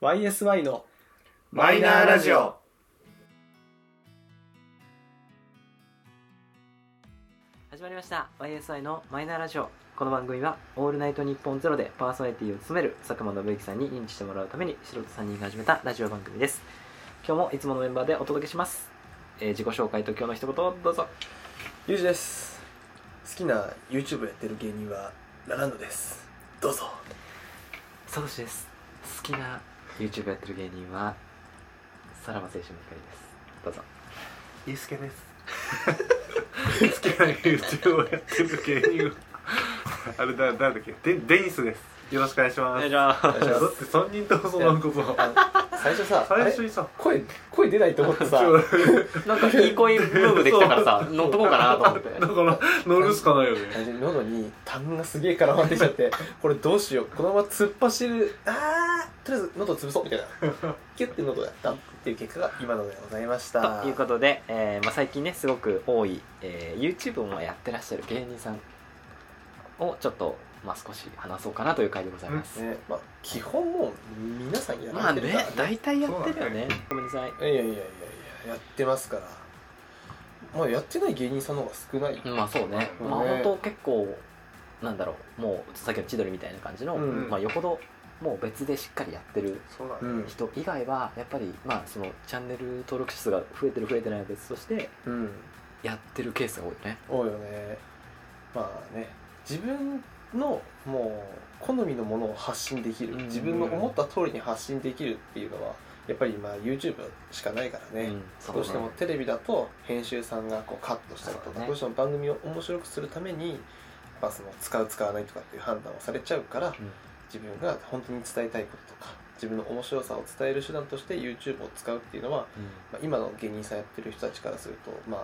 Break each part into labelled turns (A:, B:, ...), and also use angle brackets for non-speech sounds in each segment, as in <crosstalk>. A: YSY の
B: マイナーラジオ。
C: 始まりました YSI のマイナーラジオこの番組は「オールナイトニッポンゼロでパーソナリティを務める佐久間信之さんに認知してもらうために素人3人が始めたラジオ番組です今日もいつものメンバーでお届けします、えー自己紹介と今日の一言をどうぞ
A: ゆうじです好きな YouTube やってる芸人はラランドですどうぞ
C: サトシです好きな YouTube やってる芸人はさらば青春の光ですどうぞ
D: ゆうすけです好きな YouTube をやってる芸人はあれだ誰だっけデデニスですよろしくお願いしますだ
A: お願いしま
D: って三人ともそんなこと
A: す最初さ
D: 最初にさ
A: あれ声声出ないと思って
C: <laughs>
A: さ
D: ちょ
C: なんかいい声ブームできたからさ乗っとこうかなと思って
D: だから乗るしかないよね
A: 最初に喉に痰がすげえ絡まってきちゃってこれどうしようこのまま突っ走るあーとりあえず喉潰そうみたいな
C: <laughs>
A: キュッて喉やったっていう結果が今のでございました
C: ということで、えーまあ、最近ねすごく多い、えー YouTube もやってらっしゃる芸人さんをちょっと、まあ、少し話そうかなという回でございます、
A: ねまあ基本もう皆さんや
C: ま
A: ら
C: あ
A: れてる
C: ね
A: から、
C: 大体やってるよねごめんなさい
A: いやいやいやいややってますからまあやってない芸人さんの方が少ない、
C: まあそうね、
A: うん
C: まあ本当結構なんだろうもうさっきの千鳥みたいな感じの、
A: うん
C: まあ、よほどもう別でしっかりやってる
D: そうだ
A: う
D: ね
A: ん
C: 人以外はやっぱりまあそのチャンネル登録者数が増えてる増えてないは別として
A: うん
C: やってるケースが多いよね
A: 多いよねまあね自分のもう好みのものを発信できる、
C: うん
A: 自分の思った通りに発信できるっていうのはやっぱり今 YouTube しかないからね、
C: うんそう
A: どうしても
C: ね
A: テレビだと編集さんがこうカットしたりと
C: そう
A: か、
C: だね
A: どうしても番組を面白くするために、まあ、その使う使わないとかっていう判断をされちゃうから、
C: ん
A: 自分が本当に伝えたいこととか自分の面白さを伝える手段として YouTube を使うっていうのは、
C: うん
A: まあ、今の芸人さんやってる人たちからするとまあ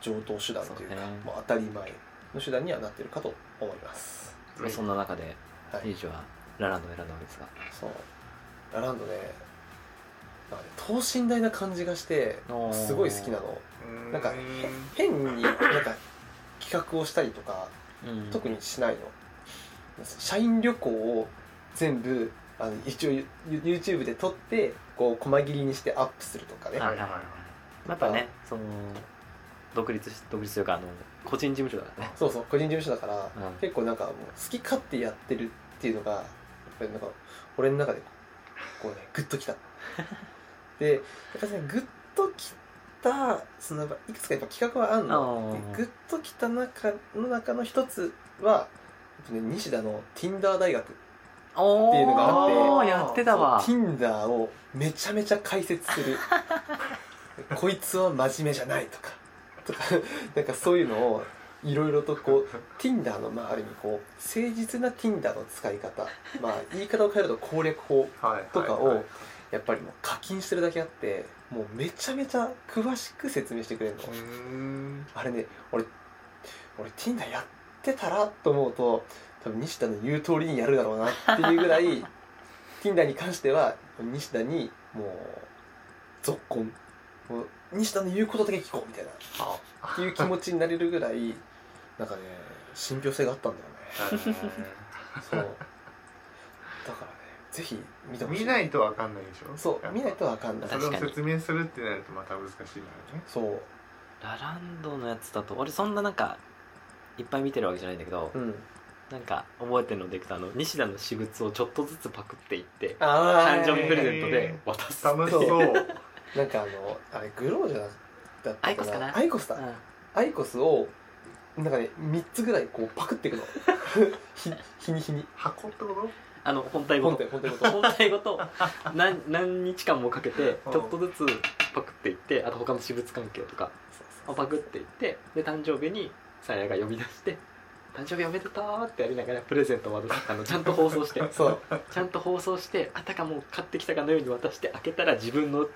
A: 上等手段というか
C: そうね
A: もう当たり前の手段にはなってるかと思います。
C: まあそんな中で
A: はい
C: リージはラランドを選んだわけですが
A: そうラランドねなんかね等身大な感じがして
C: おー
A: すごい好きなの。
D: うん
A: なんか変になんか企画をしたりとか特にしないの、社員旅行を全部あの一応 YouTube で撮ってこう細切りにしてアップするとかね、
C: はいはいはいはいやっぱねその独立し独立というかあの個人事務所だからね
A: そうそう個人事務所だから、
C: うん
A: 結構なんかもう好き勝手やってるっていうのがやっぱりなんか俺の中でこうねグッとき
C: <laughs>
A: たでやっぱりねグッときたそのやっぱいくつかやっぱ企画はあんの
C: あ
A: で
C: ー
A: グッときた中の中の一つはやっぱね西田の Tinder 大学
C: おー
A: っていうのがあ
D: って
C: やってたわ
A: そう Tinder をめちゃめちゃ解説
D: <laughs>
A: するこいつは真面目じゃないとかとかなんかそういうのをいろいろとこう Tinder のまあある意味こう誠実な Tinder の使い方まあ言い方を変えると攻略法
D: はい
A: とか
D: はいは
A: を
D: い
A: やっぱりもう課金してるだけあってもうめちゃめちゃ詳しく説明してくれるの
D: うーん
A: あれね俺俺 Tinder やってたらと思うと多分西田の言う通りにやるだろうなっていうぐらい Tinder に関しては西田にもう続婚もう西田の言うことだけ聞こうみたいなっていう気持ちになれるぐらいなんかね信憑性があったんだよねそうだからねぜひ見てほしい
D: 見ないとわかんないでしょ
A: そう見ないとわかんない
D: それ
C: 確
D: を
C: かに
D: 説明するってなるとまた難しいのよね
A: そう
C: ラランドのやつだと俺そんななんかいっぱい見てるわけじゃないんだけど
A: うん
C: なんか覚えてるのでいくとあの西田の私物をちょっとずつパクっていって
A: あ
C: 誕生日プレ
D: ン
C: ゼントで渡す
D: 楽しそう
A: なんかあのあれグローじゃなかった
C: アイコスかな
A: アイコスだ
C: うん
A: アイコスをなんかね3つぐらいこうパクって
C: <laughs>
A: いくのひ日に日に
D: 箱ってこと
C: あの本体ご
A: 本
C: と
A: 体本体ごと
C: 本体ごと何何日間もかけて
D: うん
C: ちょっとずつパクっていってあと他の私物関係とかをパクっていってで誕生日にさやが呼び出して「誕生日おめでとう!」ってやりながらプレゼントを渡す
A: <laughs>
C: あのちゃんと放送して
A: そう
C: ちゃんと放送してあたかも買ってきたかのように渡して開けたら自分の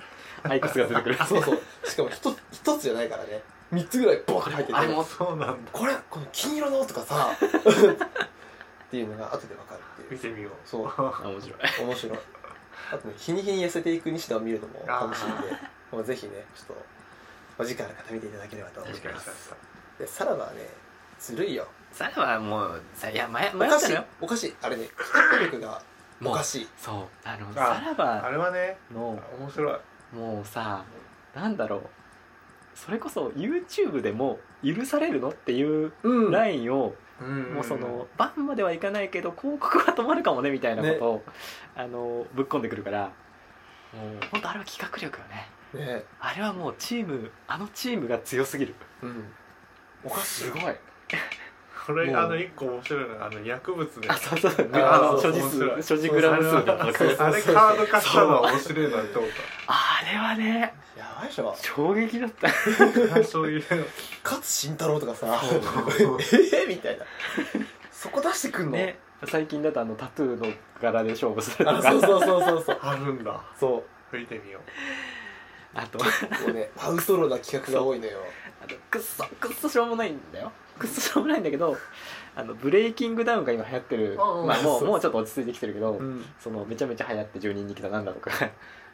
C: アイコスが出てくる
A: <laughs> そうそうしかも 1, つじゃないからね3つぐらいボーンって入ってて
C: あれも
D: そうなんだ
A: これこの金色のとかさっていうのが後で分かるってい
D: 見
A: う
D: てみよう
A: そう
C: あ面白い
A: 面白いあとね日に日に痩せていく西田を見るのも楽しいんでもうぜひねちょっとお時間ある方見ていただければと思い
D: 確かに
A: ますでさらばはねずるいよ
C: サラはもうさいや迷迷
A: お
C: っ
A: か
C: た
A: し
C: の
A: い
C: よ
A: おかしいあれね企画力がおかしい
C: そうあの
D: あ
C: さら
D: あ
C: ば
D: れはね
C: の
D: 面白い
C: もうさなんだろうそれこそ YouTube でも許されるのっていう
A: うん
C: ラインを、
D: も
C: もうそのバンまではいかないけど広告は止まるかもねみたいなことを、あのぶっ込んでくるからもう本当あれは企画力よね
A: ね
C: あれはもうチームあのチームが強すぎる
A: うん
C: おかしいすごい
D: これ
C: もう
D: あの一個面白いのがあの薬物で
C: あそうそう
A: あ
C: あ
A: ー
C: の所持
D: そう面白い
C: 数所持グラム数が
D: そうあれカード化したのは面白いなって思っ
C: あれはね
A: やばいでしょ
C: 衝撃だった
D: たそういう
A: 勝慎太郎とかさ <laughs> えーみたいなそこ出してくんの、
C: ね最近だとあのタトゥーの柄で勝負すると
A: あ
C: か
A: そうそうそうそうそう
D: あるんだ
A: そう
D: 見てみよう
C: あと
A: こうねパウソロな企画が多いのよ
C: あとくっそくっそしょうもないんだよくっそしょうもないんだけどあのブレイキングダウンが今流行ってる
A: うんうん
C: まあ
A: そう
C: も
A: そう
C: うもうちょっと落ち着いてきてるけど、
A: ん
C: そのめちゃめちゃ流行って住人に来たなんだとか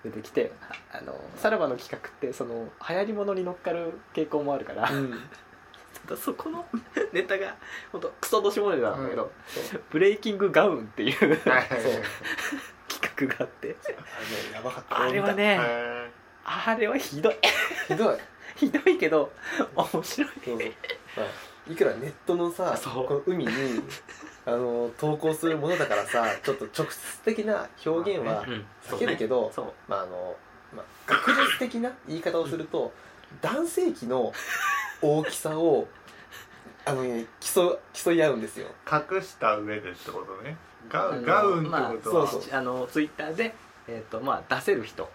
C: 出てきてああのさらばの企画ってその流行りものに乗っかる傾向もあるから、
A: うん
C: ただそこの <laughs> ネタが本当クソどしもネタなんだけど、
A: そう
C: ブレイキングガウンっていう <laughs> 企
D: はい
C: 画があって
A: あれねやばかった
C: あれはね、
D: へ
C: あれはひどい
A: ひどい
C: ひどいけど面白い
A: そうそうはいいくらネットのさ
C: そう
A: この海にあの投稿するものだからさちょっと直接的な表現は
C: うん
A: 避けるけど、
C: そう
A: まああの、まあ、学術的な言い方をすると男性器の大きさをあの、ね、競競い合うんですよ
D: ー隠した上でってことねガ
C: あ
D: ウ
C: の
D: ガウンってこと
A: ま
D: は
A: あそうそう
C: あのツイッターで、えーとまあ、出せる人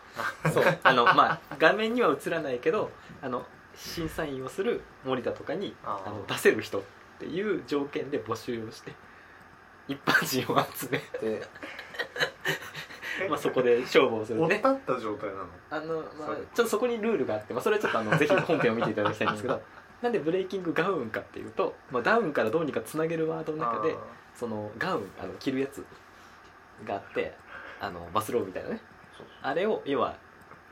A: そう
C: あの、まあ、画面には映らないけどあの審査員をする森田とかに
D: あ
C: あ
D: ー
C: の出せる人っていう条件で募集をして一般人を集め、
A: で
D: え
C: まあ、そこで勝負をする
D: おっ
C: ね
D: たった状態なの
C: あの、まあ
D: それ、
C: ちょっとそこにルールがあって、まあ、それはちょっとあ <laughs> のぜひ本編を見ていただきたいんですけどなんでブレイキングガウンかっていうと、まあ、ダウンからどうにかつなげるワードの中でそのガウンあの着るやつがあってあのバスローブみたいなね
D: そう
C: あれを要は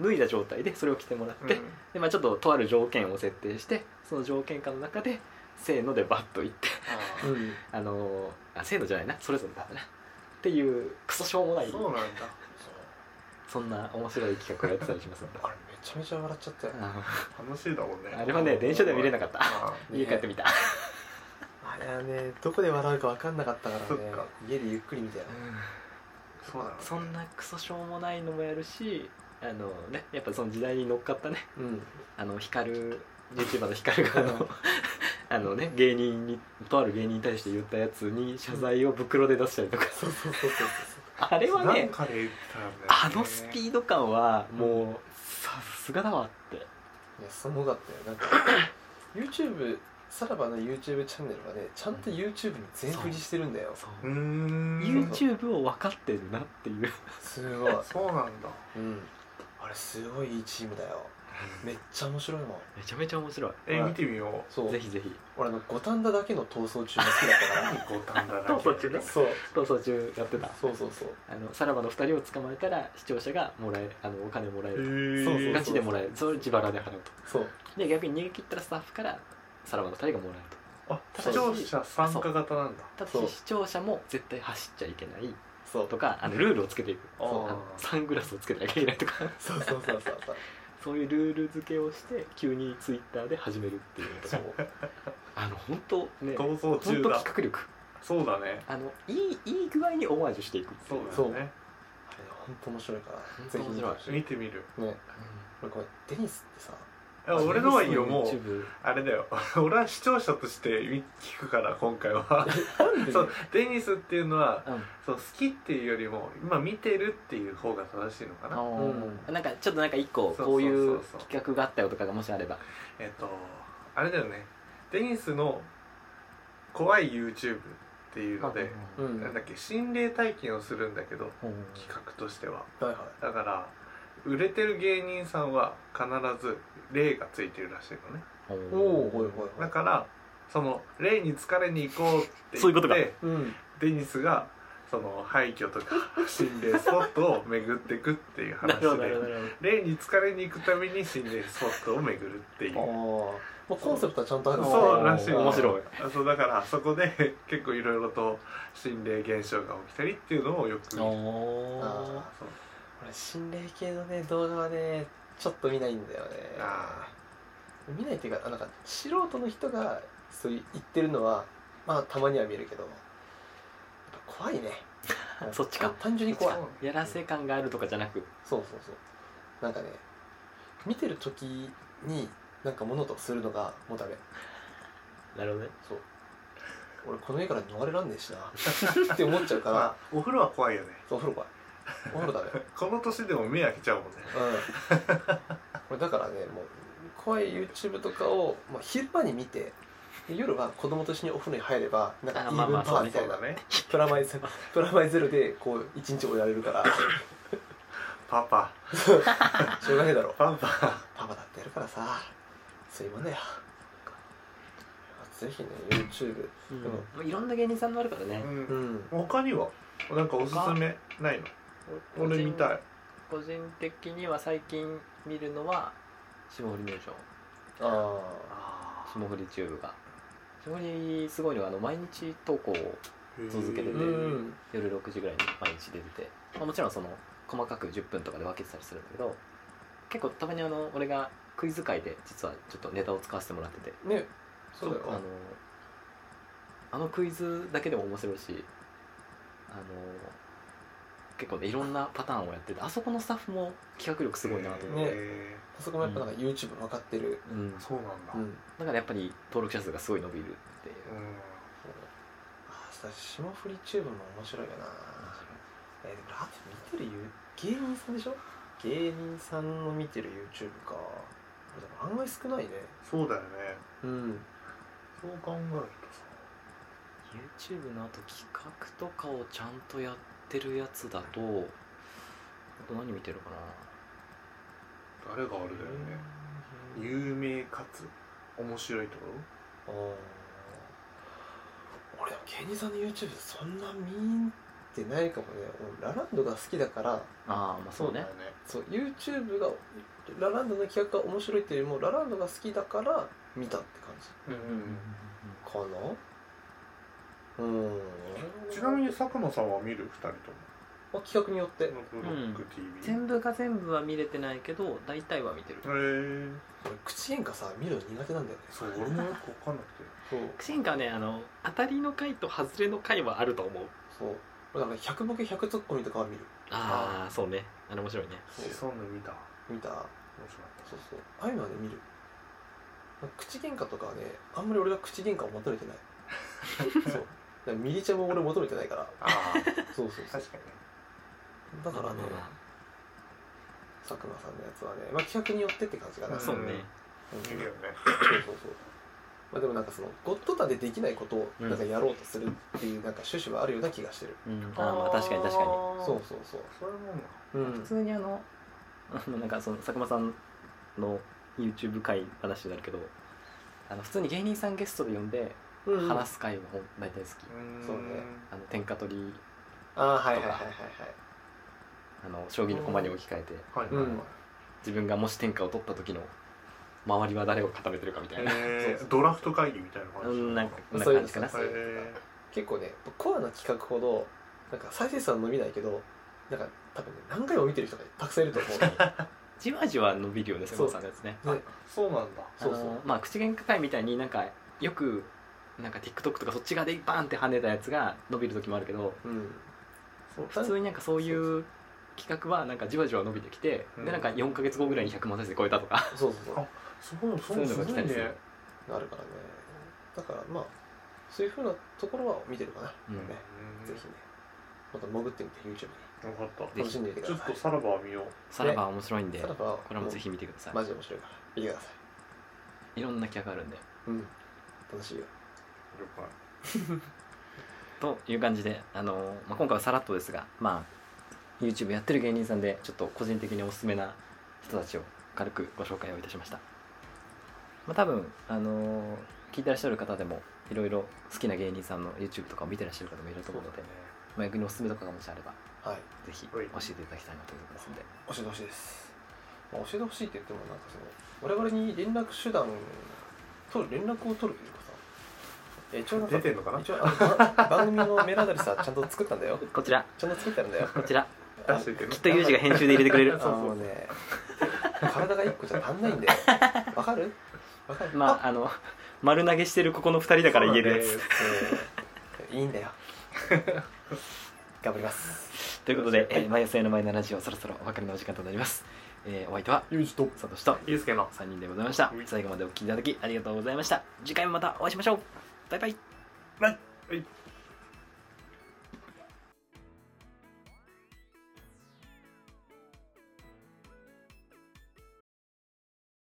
C: 脱いだ状態でそれを着てもらっ
D: あー
C: て、
D: うん
C: でまあ、ちょっととある条件を設定してその条件下の中でせーのでバッといって
D: あ
A: うん
C: あのーあせーのじゃないなそれぞれだったなっていうクソしょうもな
D: ー
C: い
D: そうなんだ
C: そんな面白い企画をやってたりします <laughs> ので
A: あれめちゃめちゃ笑っちゃったよ
C: あ
D: 楽しいだもんね
C: のあれはね電車では見れなかった
D: あ
A: ね
C: 家帰ってみた
A: あれはねどこで笑うか分かんなかったから
D: そっ
A: ね
D: か
A: 家でゆっくり見たよ
D: ーそうだろうね
C: そんなクソしょうもないのもやるしあのねやっぱその時代に乗っかったね
A: うん
C: あの光る YouTuber の光があ
A: うん
C: の <laughs> あのね芸人にとある芸人に対して言ったやつに謝罪を袋で出したりとか
A: そうそうそうそう
C: あれは
D: なん
C: ね
D: かで言ったんだよね
C: あのスピード感はもうさすがだわって
A: いやすごかったよなんか YouTube さらばの YouTube チャンネルはねちゃんと YouTube に全振りしてるんだよ
C: そう
D: うーん
C: YouTube を分かってるなっていう
A: すごい
D: そうなんだ
A: うんあれすごいいいチームだよめっちゃ面白いもん
C: めちゃめちゃ面白い
D: え
A: はい
D: 見てみよ
A: そう
C: ぜひぜひ
A: 俺あの五反田だけの逃走中が好きだったか
D: う五反田だ
C: どうそっち
D: <laughs>
C: ね
A: らそう
C: 逃走中やってた
A: そうそうそう
C: あのさらばの2人を捕まえたら視聴者がもらえあのお金もらえる
A: そうそう
C: ガ
A: そう
C: チでもらえるそれを自腹で払うと
A: そう
C: で逆に逃げ切ったらスタッフからさらばの2人がもらえると
D: あ視聴者参加型なんだ
C: ただ
A: そう
C: し視聴者も絶対走っちゃいけない
A: そう
C: とかあのルールをつけていく
D: あー
C: そうあのサングラスをつけなきゃいけないとか
A: そうそうそうそうそう
C: そういうルール付けをして急にツイッターで始めるっていうのと
A: そ
C: か
A: う
D: <laughs>
C: あの本当ね
D: 逃走
C: 本
D: 中
C: 当
D: だ
C: 企画力
D: そうだね
C: あのいいいい具合にオマージュしていく
D: そう
A: そう
D: だね
A: あれ本当面白いから
C: 本
A: ぜ
C: 当
A: ひ
C: 面
A: 見て
C: 白い
A: ほしい
D: 見てみる
A: ね俺これデニスってさ
D: あ俺のはいいよもう
C: YouTube
D: あれだよ <laughs> 俺は視聴者として聞くから今回はそうデニスっていうのは
C: うん
D: そう好きっていうよりも今見てるっていう方が正しいのかな
A: う
C: なんかちょっとなんか一
D: そ
C: 個
D: うそうそうそう
C: こういう企画があったよとかがもしあれば
D: えっとあれだよねデニスの怖い YouTube っていうので
A: う
C: うん
A: ん
D: なんだっけ心霊体験をするんだけど
C: うん
D: 企画としては
A: はいはい
D: だから売れてる芸人さんは必ず霊がついてるらしいのね
A: おおほいほいほ
D: だ
A: い
D: からその霊に疲れに行こうって言って
C: そういうことか
A: うん
D: デニスがその廃墟と
C: <laughs>
D: か心霊スポットを巡っていくっていう
C: な
D: 話
C: るほどな
D: で
C: るほどなるほ
D: 霊に疲れに行くために心霊スポットを巡るっていう
A: あー、まあ、コンセプトはちゃんとあるんですね
D: そうらしい
A: あー
C: 面白い
D: あそうだからそこで <laughs> 結構いろいろと心霊現象が起きたりっていうのをよく見
C: ど
D: る
C: お
A: あ
D: そう
A: ー俺心霊系のね動画はねちょっと見ないんだよね
D: あ
A: 見ないっていうかあなんか素人の人がそういう言ってるのはまあたまには見るけどやっぱ怖いね
C: そっちか
A: 単純に怖い
C: ーやらせ感があるとかじゃなく
A: そうそうそうなんかね見てる時になんか物とかするのがもうダメ
C: なるほどね
A: そう俺この家から逃れらんねえしな <laughs> って思っちゃうか
D: まあ
A: ら
D: お風呂は怖いよね
A: そうお風呂怖いお風呂ダメ
D: この年でも目開けちゃうもんね
A: うんこれだからねもう怖い YouTube とかを、まあ、昼間に見てで夜は子供と一緒にお風呂に入ればなんかイ
C: あ
A: ー
C: まあ
A: ブ
C: ま
A: ン
C: あ
A: パーみた
D: そ
A: いうな
D: だね
A: プラマイゼロプラマイゼロでこう一日終えられるから
D: パパ
A: しょうがねえだろ
D: パパ
A: パパだってやるからさそういうもんだよぜひね YouTube
C: うんまあいろんな芸人さんもあるからね
D: うん
A: うん
D: 他にはなんかおすすめないの俺見たい
C: 個人的には最近見るのは霜降り明星
A: ああ
D: あ
C: 霜降りチューブが霜降りすごいのはあの毎日投稿を
D: ー
C: 続けて
A: う
C: て
A: ん
C: 夜6時ぐらいに毎日出てて、まあ、もちろんその細かく10分とかで分けてたりするんだけど結構たまにあの俺がクイズ会で実はちょっとネタを使わせてもらってて
A: ねそうだ
C: あの
A: よ
C: あのクイズだけでも面白いしあの結構ねいろんなパターンをやっててあそこのスタッフも企画力すごいなと思って、
A: ね
D: へ
A: あそこもやっぱなんか YouTube 分かってる
C: うん
D: ー、そうなんだ
A: う
D: うん
A: ん
C: だからやっぱり登録者数がすごい伸びるっていう
A: あさ霜降りチューブも面白いよなえでもあと見てるゆ芸人さんでしょ芸人さんの見てる YouTube かでも案外少ないね
D: そうだよね
A: うん
D: そう考えるとさ
C: YouTube のあと企画とかをちゃんとやってるやつだとあと何見てるかな
D: 誰があれだよね有名かつ面白いとこ
A: あー俺でも芸人さんの YouTube そんな見てないかもね俺ラランドが好きだから
C: ああまあ
D: ろ
C: そうね
D: だよね
A: そう YouTube がラランドの企画が面白いっていうよりもラランドが好きだから見たって感じ
D: うんうん
A: かなうん
D: ちなみに佐久間さんは見る2人とも
A: まあ企画によって
D: 「ブロック TV」
C: 全部が全部は見れてないけど大体は見てる
D: へえ
A: 俺口喧嘩さ見るの苦手なんだよね
D: そう俺もよく分かんなくて
A: そう
C: シンカはねあの当たりの回と外れの回はあると思う
A: そう俺なんか100ボケ100ツッコミとかは見る
C: ああそうねあれ面白いね
A: そう
D: シソンヌ見た面
A: 見た
D: 白かった
A: そうそうああいうのはね見るなんか口喧嘩とかはねあんまり俺が口喧嘩を求め <laughs> てないそうだからミリちゃんも俺求めてないから
D: ああ
A: そうそうそう
D: 確かにね
A: だからね
C: まあまあま
A: 佐久間さんのやつはね、まあ、企画によってって感じかな、
C: あ
D: ん
C: そうね
A: うん
D: <laughs> 見るよね
A: そうそうそうまあでもなんかそのゴッドタンでできないことをなんかやろうとするっていうなんか趣旨はあるような気がしてる、
C: うんああまあ確かに確かに
A: そうそうそう
D: それもな
A: うん
C: 普通にあのあのなんかその佐久間さんの YouTube 回話になるけどあの普通に芸人さんゲストで呼んで
A: うん
C: 話す回はほん大体好き、
A: そうね
C: あの天下取り
A: ああはいはいはいはいはい
C: あの将棋の駒に置き換えて
D: はいは
A: う
D: い
A: ん
C: 自分がもし天下を取った時の周りは誰を固めてるかみたいな、
D: へ
A: そう
D: ードラフト会議みたいな
C: う
D: 感じ
C: ん、なんかこんな
A: そういう
C: 感じかな
A: そ
D: へ
A: う
D: え
A: 結構ねコアな企画ほどなんか再生数は伸びないけどなんか多分ね何回も見てる人がたくさんいると思う
C: じわじわ伸びるよね佐久間さんのやつね
A: <laughs> そうね
D: そうなんだ
A: そう
C: あ
A: そう
C: のまあ口喧嘩会みたいになんかよくなんか TikTok とかそっち側でバンって跳ねたやつが伸びる時もあるけど
A: うん
D: そう
C: 普通になんかそういう企画はなんかじわじわ伸びてきて、
D: うん
C: でなんか4か月後ぐらいに100万再生超えたとか
A: そうそうそう
D: そう
C: そ
D: そう
C: いうう
D: う
C: の
D: す
C: が
D: ご
C: 来た
D: い
C: りする
D: ね
A: なるからねだからまあそういうふうなところは見てるかな、
C: うん
A: ね
D: うん
A: ぜひねまた潜ってみて YouTube
D: 分かった
A: に楽しんでみてく
D: ちょ
A: だ
D: っ
A: さい
D: とさらばは見よう
C: さらばは面白いんで
A: さら
C: こ
A: ばは
C: れもぜひ見てください、
A: マジで面白いから見てくださ
C: いろんな企画あるんで
A: いうん楽しいよ
D: 了解
C: という感じで、あのまあ、今回はさらっとですが、まあ、YouTube やってる芸人さんでちょっと個人的におすすめな人たちを軽くご紹介をいたしました、まあ、多分、あの聞いてらっしゃる方でもいろいろ好きな芸人さんの YouTube とかを見てらっしゃる方もいると思うので
D: ね
C: まあ、逆におすすめとかがもしあれば
A: はい
C: ぜひ教
D: は
C: え
D: い
C: ていただきたいなというところですので
A: 教えてほしいです、まあ、教えてほしいって言ってもなんかその我々に連絡手段取る連絡を取るというかさいや一応なんか
D: 出てんのかな
A: 一応あのば <laughs> 番組のメールアドレスはちゃんと作ったんだよ
C: こちら
A: ちゃんと作ったん <laughs> だよ
C: こちら
D: 出しててね
C: きっとユージが編集で入れてく
A: <laughs>
C: れる
A: あのね体が一個じゃ足んないんだよわかるわかる
C: まああの丸投げしてるここの2人だから言えるやつ、
A: えーいいんだよ頑張ります
C: ということで、えー、毎朝へのマイナラジオそろそろお別れのお時間となります、えーお相手は
A: ユージと
C: サトシと
D: ゆうすけの
C: 3人でございました
D: はい
C: 最後までお聞きいただきありがとうございました次回もまたお会いしましょうバイバイ
D: はい